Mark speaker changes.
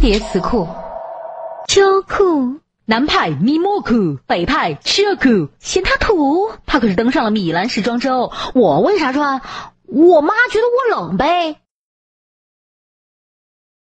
Speaker 1: 叠词库：
Speaker 2: 秋裤、
Speaker 1: 南派咪莫库，北派舍库。
Speaker 2: 嫌他土，
Speaker 1: 他可是登上了米兰时装周，我为啥穿？
Speaker 2: 我妈觉得我冷呗。